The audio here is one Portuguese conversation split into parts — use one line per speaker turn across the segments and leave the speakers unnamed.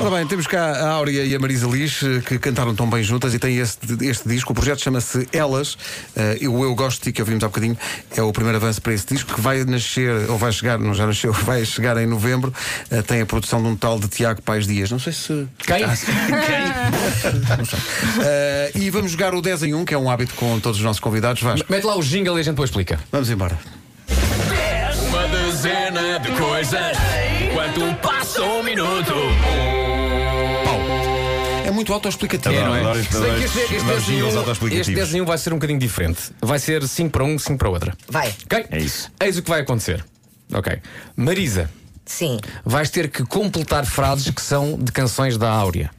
Ora bem, temos cá a Áurea e a Marisa Liz eh, que cantaram tão bem juntas e têm este, este disco. O projeto chama-se Elas. Eh, e o Eu Gosto de Ti, que ouvimos há bocadinho, é o primeiro avanço para esse disco que vai nascer, ou vai chegar, não já nasceu, vai chegar em novembro. Eh, tem a produção de um tal de Tiago Pais Dias. Não sei se. Ah,
Quem?
Eh, e vamos jogar o 10 em 1, que é um hábito com todos os nossos convidados. Vasco,
Mete lá o jingle e a gente depois explica.
vamos embora.
Uma dezena de coisas. Quanto passa um minuto?
É muito autoexplicativo,
É,
não é?
adoro
Se
isto,
bem
adoro
que
isto.
este, este,
Adoro
10 em
jingles
um,
autoexplicativos.
este 10 em um vai ser um bocadinho diferente. Vai ser 5 para um, 5 para outra.
Vai.
Ok?
É isso.
Eis o que vai acontecer. Ok. Marisa,
Sim.
vais ter que completar frases que são de canções da Áurea.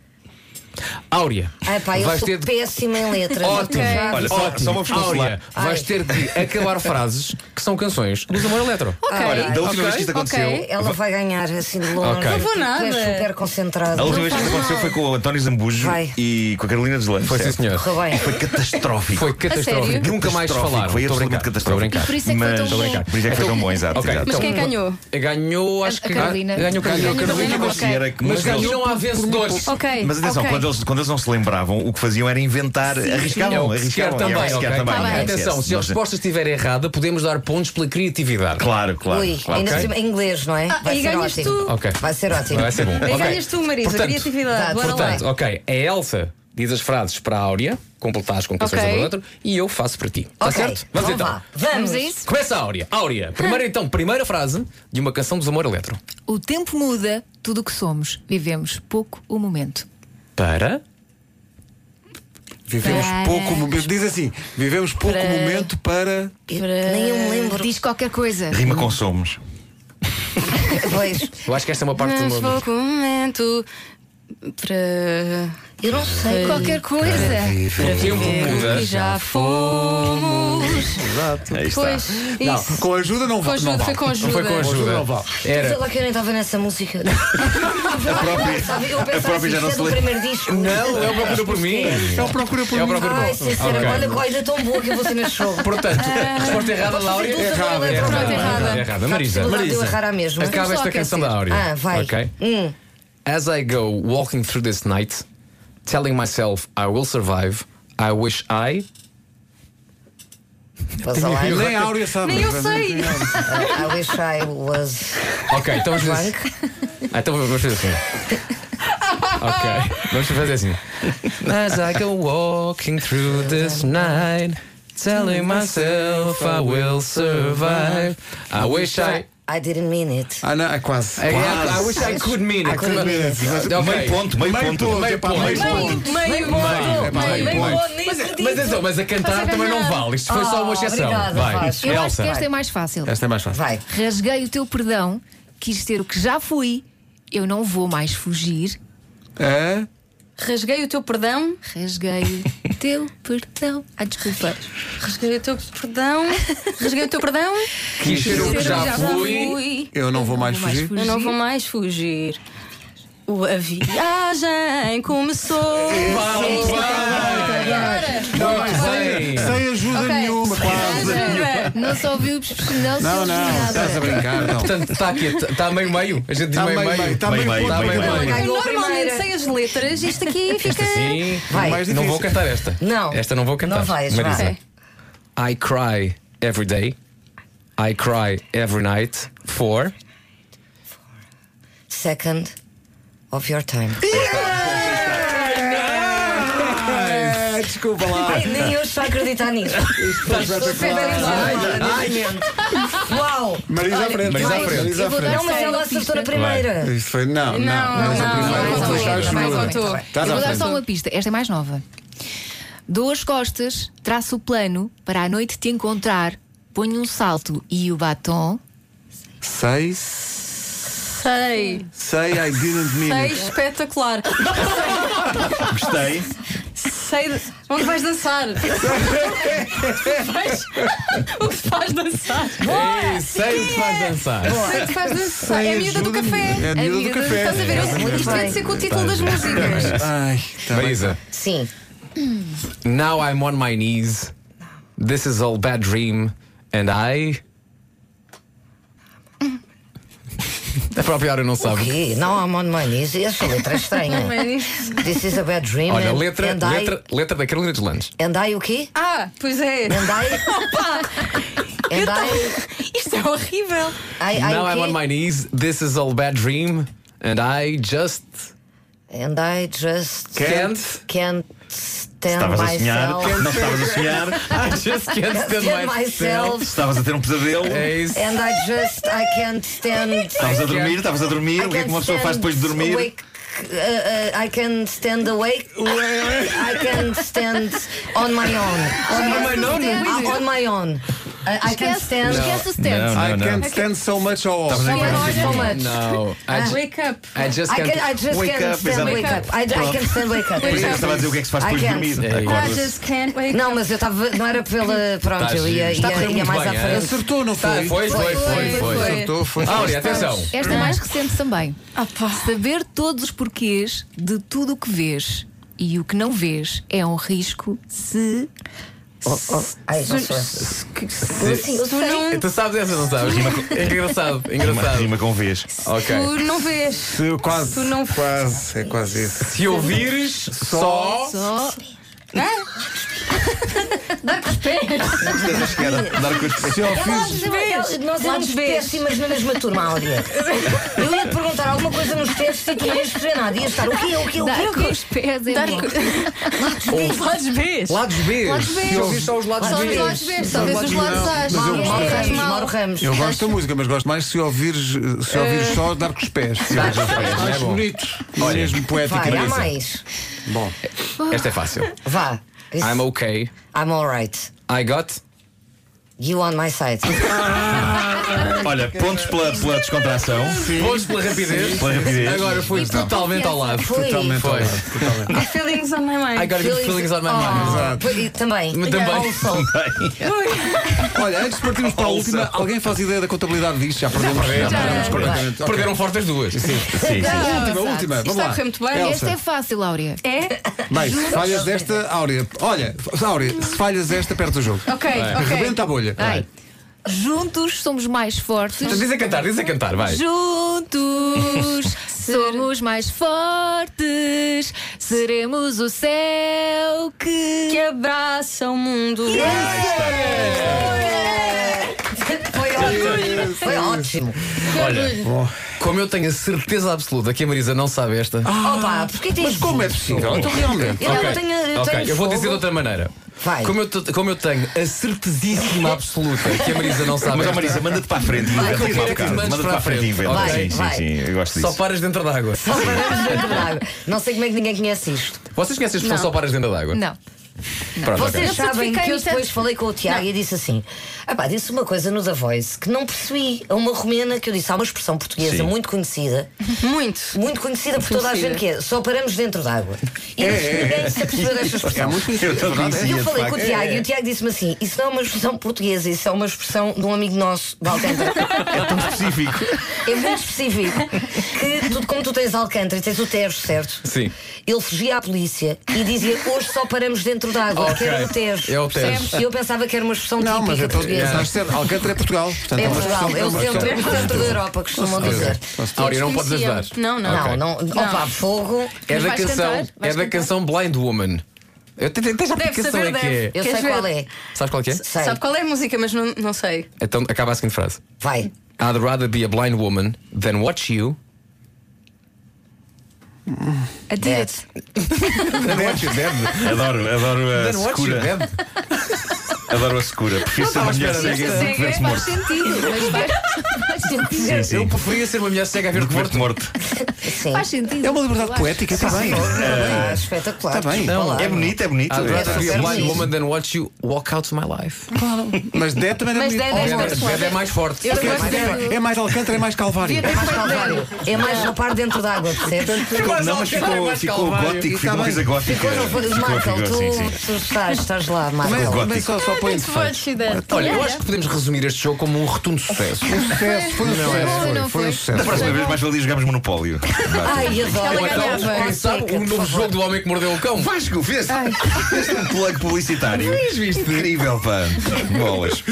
Áurea.
Ai Ah, pá, eu
vais
sou
ter de...
péssima em letras.
Ótimo.
ok?
Olha, só,
Ótimo.
só vamos consolar.
Áurea, vais
Ai.
ter de acabar frases que são canções do Amor Eletro.
Ai,
Olha, da última
Ok,
vez que isto aconteceu.
ok.
Ela vai ganhar assim de longe.
então- Ok. Não
vou nada.
Tu és super concentrado.
A última vez que isto aconteceu foi com o António Zambujo
Vai.
e com a Carolina Deslandes.
Foi sim,
certo?
senhor.
Correu bem.
Foi catastrófico.
Foi
sério?
catastrófico. Nunca mais
Catastrófico,
falaram.
Foi
Estou a
absolutamente
brincar. Estou a
catastrófico.
brincar.
Por isso é que foi
Mas-
tão
Estou a
bom.
brincar. Por isso é que foi tão bom, exato.
Ok,
exato.
Mas
então-
quem ganhou?
Ganhou, acho
A- a
que.
Carolina.
Ganhou Carolina.
Ganhou a Carolina,
Mas
ok.
considera que-
Mas
mas eles-
ganhou não há vencedores.
Ok.
Mas atenção,
ok.
quando, eles, quando eles não se lembravam, o que faziam era inventar,
É o
arriscavam,
que se quer
arriscavam.
também,
é o que se quer
ok?
também,
Tá bem.
é, yes,
Atenção,
yes.
se a
Nós-
resposta estiver errada, podemos dar pontos pela criatividade.
Claro, claro.
Ui,
claro.
ainda
Ok.
por cima, em inglês, não é?
Ah,
Vai
e
ser
ganhas
ótimo.
tu.
Ok.
Vai ser ótimo.
Vai ser bom.
E
Ok.
ganhas tu, Marisa,
Portanto,
criatividade.
dá,
Bora
Portanto,
lá.
ok, a Elsa diz as frases para a Áurea, completar as conclusões
Ok.
do outro, e eu faço para ti. Está
Ok,
certo? Vamos então.
vá. Vamos.
Vamos a isso?
Começa a Áurea. Áurea, primeiro então, primeira frase de uma canção dos Amor Eletro.
O tempo muda tudo o que somos. Vivemos pouco o momento.
Para.
é? Vivemos
Para-
pouco momento. Diz assim: vivemos pouco
Para-
momento para.
Nem eu me lembro.
Diz qualquer coisa.
Rima com somos.
Pois,
Eu acho que esta é uma parte do
Mas
meu.
vou com um momento para.
eu não sei.
Qualquer coisa.
O tempo muda.
E já fomos.
Aí está.
Pois, isso.
Com ajuda não
Com
vai.
ajuda, foi com
Não
ajuda.
foi com ajuda.
Não vale.
Sei
Era.
lá que eu nem estava nessa música. Sabe, eu pensava
própria
que
já
isto
não
é
se
do
lembra.
primeiro disco.
Não, é o procura por mim.
É o procura por
É o
mim.
procura por
Ai,
mim.
sinceramente, olha,
Ok.
coisa tão boa que eu vou ser neste jogo.
Portanto, resposta errada, Laura.
Vamos fazer tudo agora,
errada,
Pronto,
errada.
errada.
errada. Marisa,
Possibilidade de eu
Marisa.
errar à mesma.
Acaba
Vamos
esta
lá
canção da
aquecer.
Áurea.
Ah, vai.
Ok.
Hum.
As I go walking through this night, telling myself I will survive, I wish I.
Posso falar?
Nem a Áurea sabe.
Nem eu sei.
I wish I was
Ok, então vamos fazer
drunk.
assim. Ah, então vamos fazer assim. Ok, vamos fazer assim. As I go walking through this night, telling myself I will survive, I wish I.
I didn't mean it.
Ah, não, é quase.
I, I wish I could mean it.
Meio ponto, meio, ponto.
Meio ponto. Meio
Meio
ponto.
Meio
bom.
ponto.
Meio
Meio
bom.
Mas, mas, atenção, mas a cantar
Mas a
também não
cantar.
vale. Isto foi só uma exceção.
obrigada,
Vai.
Vasco.
Eu acho
Elsa.
que esta é mais fácil.
Esta é mais fácil.
Vai.
Rasguei o teu perdão, quis ser o que já fui. Eu não vou mais fugir.
É?
Rasguei o teu perdão.
Rasguei o teu perdão. Ah, desculpa.
Rasguei o teu perdão. Rasguei o teu perdão.
Quis ser o que já
Já
fui.
fui.
Eu não vou mais
Vou mais
fugir.
Eu não vou mais fugir. O- A viagem começou.
Muito bem. Muito bem.
Sem ajuda nenhuma, quase.
Não só ouviu os
Não,
não, se ouviu
não, estás a
nada.
brincar, não.
Portanto, está aqui, está meio meio. A gente diz
Tá
meio
meio,
meio.
meio, tá
Meio,
meio
meio,
ponto.
meio,
meio,
meio.
meio.
Ganhou a
Normalmente,
primeira.
sem as letras, isto aqui fica.
Sim.
Vai.
Mais
Não
difícil.
vou cantar esta.
Não.
Esta não vou cantar.
Não vais, vai.
Marisa.
Ok.
I cry every day. I cry every night for.
Second of your time.
Ah, Desculpa lá.
Ai, nem eu estou a acreditar nisso. Uau! É
Marisa à frente.
Marisa à
Vai.
frente.
Marisa à
Eu vou
frente.
Não, mas ela acertou na primeira.
Isto foi. Não, não,
Não,
Mas a
não,
primeira
não,
vou
não,
deixar
não,
as
não,
duas.
não,
Muito
não,
bem.
Estás
Eu
à
vou dar
frente.
um-
só uma pista, esta é mais nova. Dou as costas, traço o plano para à noite te encontrar, ponho um salto e o batom.
Sei,
Sei.
sei, I didn't mean
Sei
it.
espetacular.
Gostei.
Sei de- onde vais dançar. Vais- o que te faz dançar?
Ei, sei o que faz dançar.
Sei o que faz dançar. É a miúda do
ajuda-me.
café.
É a miúda do café.
Estás a ver? Isto- Isto tem de ser com o título das músicas.
Ai, tá bem.
Marisa.
Sim.
Now I'm on my knees. This is all bad dream. And I. própria área não
O
sabe.
quê? Não, I'm on my knees. Essa letra é estranha. This is a bad dream.
Olha,
and-
letra,
and I-
letra, letra da Carolina de Landes.
And I o quê?
Ah, pois é.
And I...
Opa!
And I...
Isto é horrível.
I, I
Now
o
I'm
quê?
é on my knees, this is all bad dream, and I just
And I just...
can't,
Can't stand
Estavas a sonhar,
myself.
não estavas a sonhar,
I just can't stand
stand
myself.
myself.
estavas a ter um pesadelo,
É isso.
And I just... I can't stand...
estavas a dormir, estavas a dormir. O que é que uma pessoa faz depois de dormir?
Awake. Uh, uh, I can stand awake. I can stand on my own. On my, own. On my own. I, I can stand.
Esquece o stand.
I
Não, não.
É
can't stand so much all.
so much.
No, I, ju-
Wake up.
I just
I, can,
can't.
I just
Wake
can't
up,
stand
exato.
wake up. I, I can stand wake up.
Pois é, eu estava a dizer o que é que se faz
I
depois de
can't.
dormir.
É isso.
I
Acordas.
just can't wake
Não,
up.
mas eu estava. Não era pela. Pronto,
Tá
eu
giro.
ia,
Está a
ia,
correr
ia
muito
mais
bem,
à
é?
frente.
Acertou, não
Tá,
foi?
foi, foi, foi, Ah,
foi, foi.
foi.
Acertou, foi.
Áurea, Oh, atenção.
Esta é mais recente também. Saber todos os porquês de tudo o que vês e o que não vês é um risco se.
Oh, oh, Ai, não sei. Sim, eu sei.
Tu sabes essa, não sabes? É engraçado, é
Rima,
engraçado.
rima com vez.
Ok.
Tu não vês.
Se- Quase,
Tu não-
quase, é quase isso.
Se ouvires só.
Só.
Estás a chegar a dar com os pés.
Nós éramos- Nós éramos
vês.
péssimas na mesma turma, Áurea. Eu ia te perguntar alguma coisa nos testes e tu não ias perceber nada. Ias estar o quê, o quê, o
Dar
quê?
com os pés é bom.
Oh.
Lados vês.
Lados B.
Lados B.
Se ouvires só os lados
Só os
B.
lados verdes, só vês os lados A.
eu
Mauro Mauro
gosto.
Ramos,
Mal.
Mauro Ramos.
Eu gosto da música, mas gosto mais se ouvires, eh, se ouvires só dar com os pés.
não é
Acho
bom.
bonito. Mesmo poético.
Vai, há
bonito.
mais.
Bom,
Esta é fácil.
Vá. Isso-
I'm okay.
I'm alright.
I got.
You on my side.
Olha, pontos pela, pela descontração,
Pontos pela rapidez.
pela rapidez.
Agora foi totalmente ao lado.
Foi.
totalmente.
Foi.
Feelings on my
I
mind.
got good feelings on my mind.
Oh, e também.
Mas também.
Also,
Olha, antes de partirmos para a última, alguém faz ideia da contabilidade disto? Já perdemos. Já perdemos completamente. Ok.
Perderam forte as duas.
Sim, sim.
Última, última, vamos
está a
lá.
correr muito bem.
Elsa,
Esta é fácil, Áurea.
É?
bem, se falhas esta, Áurea. Olha, Áurea, se falhas esta, perde o jogo.
Ok, ok.
Rebenta a bolha.
Ai. Juntos somos mais fortes.
Diz a cantar, diz a cantar, vai.
Juntos somos mais fortes. Seremos o céu que.
Que abraça o mundo.
foi ótimo. Foi ótimo.
Como eu tenho a certeza absoluta que a Marisa não sabe esta.
Opa, porquê tens.
Mas como é possível? Então, realmente.
Eu
Ok,
não tenho. Eu
ok,
tenho
eu vou
fogo.
dizer de outra maneira.
Vai.
Como eu, te- como eu tenho a certezíssima absoluta que a Marisa não sabe
Mas, ó
esta,
Marisa, manda-te para a frente e inventa
eu
uma
quero é que
bocado.
mandes
Manda-te
para
para
a
a frente e inventa.
frente.
Sim, sim,
Vai,
sim. Eu gosto
só
disso.
paras dentro da água.
Não sei como é que ninguém conhece isto.
Vocês conhecem a expressão só paras dentro da água?
Não.
Pronto, ok.
Vocês
Eu
sabem
certifiquei
que eu
no
depois
instante.
falei com o Tiago e disse assim: ah pá, disse uma coisa no The Voice que não percebi. É uma romena que eu disse, há uma expressão portuguesa
Sim.
muito conhecida,
Muito.
muito conhecida por toda a
Conhecida.
gente, que é só paramos dentro d'água. E
É,
ninguém se apercebeu desta
É
expressão.
muito conhecido.
Eu não
E
conhecia,
eu
de
falei com o
facto. É,
Tiago e o Tiago disse-me assim: Isso não é uma expressão portuguesa, isso é uma expressão de um amigo nosso de Alcântara.
É tão específico.
é muito específico. Que tu, como tu tens Alcântara e tens o Tejo, certo?
Sim.
Ele fugia à polícia e dizia: Hoje só paramos dentro d'água,
Ok.
que era o Tejo.
É o Tejo.
Percebes? E eu pensava que era uma expressão
Não, mas
típica
eu tô-
portuguesa.
estás certo. Alcântara é Portugal. Portanto,
É
uma
Portugal,
expressão-
é o
uma
centro,
expressão-
o centro da Europa, costumam dizer.
Áurea, não podes
Desconhecia.
ajudar.
Não, não.
Não,
Ok.
não, opa, fogo.
É
Mas
da
vais
canção,
cantar?
é
Vais
da
cantar?
canção Blind Woman. Eu te- te- tens a
Deve
aplicação
saber,
é que é.
deve.
Eu
Queres
sei qual
ver?
é.
Sabes qual é que é?
Sei.
Sabe qual é a música, mas não, não sei.
Então acaba a seguinte frase:
Vai.
I'd rather be a blind woman than watch you.
A
Dead.
É
Than watch you dead.
Adoro, adoro a
Than watch you
secura.
dead.
Adoro a secura. Prefiro ser uma mulher
espera
cega
desta
do que ver-se morto.
sentido, mas faz, faz sentido.
Sim,
Eu
sim.
preferia ser uma mulher cega a ver
Do
que
que ver-te
morto.
morto.
Sim.
Faz sentido.
É uma liberdade
Eu acho.
poética, está bem.
Ah, espetacular.
Está bem.
Desculpa lá.
É bonito, é bonito.
I'd
É
rather be a
Sim.
blind woman than watch you walk out my life.
Mas Dé também não é
Mas
bonito.
Dé- Dé-
Dead, dead é mais
Porque
forte.
é mais- É mais Alcântara, é mais Calvário.
É mais calvário. É mais na parte dentro d'água, percebes?
Ficou- Não, mas ficou, ficou
calvário.
gótico, ficou
Tá
uma
bem.
coisa gótica.
Pois não, foi- Marco,
ficou, sim, sim.
tu, tu estás, estás lá, Marco.
Mas,
Gótico.
mas só, só põe defeitos.
Olha, eu acho que podemos resumir este jogo como um rotundo sucesso.
Sucesso, foi um sucesso.
não
Foi, foi um
foi.
sucesso.
Da próxima vez mais valia jogarmos Monopólio.
Ai, adoro.
Ela
Então,
ganhava.
Quem sabe o um novo jogo do homem que mordeu o cão?
Vasco, fez fez um plug publicitário. Incrível, pá. Bolas.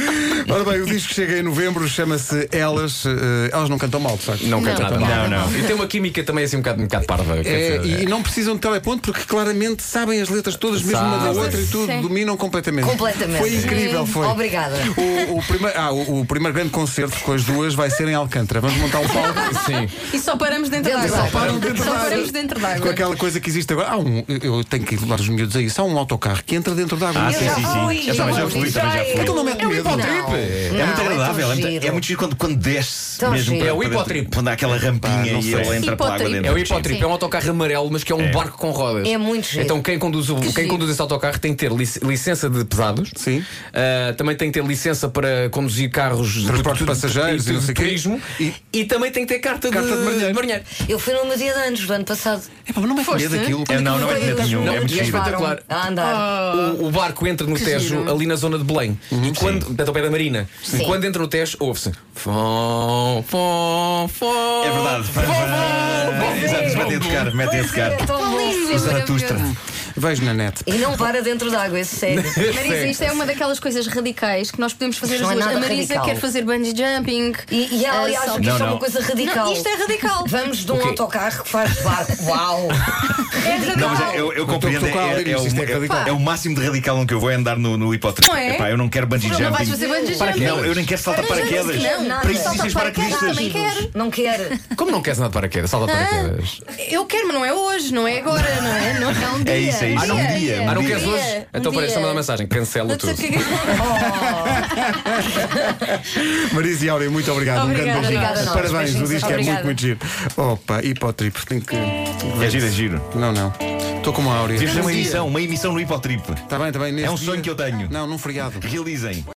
Ora bem, o disco chega em novembro, chama-se Elas. eh, elas não cantam mal, de facto.
Não
canta
canta
nada.
nada.
Não,
E tem uma química também assim um bocado, um bocado parva. quer
É,
dizer,
e e não precisam de teleponto porque claramente sabem as letras todas, mesmo uma da
Sabem.
outra e tudo,
Sim.
dominam completamente.
Completamente.
Foi incrível, foi.
Obrigada.
O, o primeiro, ah, o, o primeiro grande concerto com as duas vai ser em Alcântara. Vamos montar um palco.
Sim.
E só paramos dentro
Dentro
d'água.
d'água. Só
param dentro
Só
d'água.
paramos dentro
Com
d'água.
aquela coisa que existe agora. Há um, eu tenho que levar os miúdos a isso. Há um autocarro que entra dentro da água.
Ah, sim, sim,
Ui,
sim. Eu também já
eu
fui, também já fui.
adorei.
Então não mete
É um
medo.
hipotrip.
Não.
É muito
Não,
agradável,
tão
é, muito-
giro.
é muito giro quando, quando desce
Tão
mesmo
giro.
para-
É o
para-
hipotrip.
Quando há aquela rampinha
não
e
sei.
ele entra pela água
Hipotrip.
dentro.
É o hipotrip, é um autocarro amarelo, mas que é um barco com rodas.
É muito giro.
Então quem conduz, o, quem
giro.
conduz esse autocarro tem que ter lic- licença de pesados.
Sim.
Ah, também tem que ter licença para conduzir carros de
Transporte de
tu-
passageiros e não sei o quê.
turismo.
E-
E, também tem que ter carta,
Carta de
de,
marinheiro.
Eu fui no meu dia de anos do ano passado.
É, pá, mas não mete medo aquilo.
É, não, não é medo nenhum,
Não,
é muito
e é
giro.
espetacular. Ah.
A andar.
O, o barco entra no Tejo,
giro.
ali na zona de Belém. E quando, portanto, ao pé da Marina.
Sim.
E quando entra no Tejo, ouve-se. Fom, fom, fom.
É verdade. Ah, Exato, metem a tocar, metem a tocar.
É tão bom.
O Zaratustra.
Vejo na net.
E não para dentro d'água, é sério.
Marisa, isto é uma daquelas coisas radicais que nós podemos fazer
Não
as
é
duas.
nada
a Marisa
radical.
quer fazer bungee jumping.
E, e
ah,
ela, aliás,
salto-
que
Não,
isto é uma
não.
coisa radical.
Não, isto é radical.
Vamos de um autocarro que faz barco. Uau!
É radical.
Não, mas é- eu, eu
Não estou-
compreendo.
estou com a
É,
Aline,
é
isto é
o,
radical.
é o máximo de radical no que eu vou é andar no, no hipotrip.
Não é?
Epá, eu não quero bungee
Não vais
jumping.
fazer bungee
Para
jumping.
quê?
Não, eu nem quero saltar
Mas eu
paraquedas.
disse que não.
Para isso
Saltar
existem os
paraquedas
paraquedistas.
também quero.
Não quer.
Como não queres nada de paraquedas? Salta de paraquedas.
Eu quero, mas não é hoje, não é agora, não é? Não é um dia.
É isso, é isso.
Um
Ah, não, um dia, um
Ah, não
dia.
queres
Um
hoje?
dia,
Então
um
parece
dia.
mandar mensagem. Cancela
é
tudo.
Marisa e Áurea, muito obrigado. um grande
Obrigada.
beijinho.
Obrigada a nós.
Parabéns, o
Beijinhos
disco é muito,
obrigada.
muito giro. Opa, hipotrip. Tenho que.
É giro, é giro.
Não, não. Estou como a Áurea.
Devíamos fazer uma emissão, uma emissão no hipotrip.
Está bem, está bem.
É um
neste dia-
sonho que eu tenho.
Não, num feriado.
Realizem.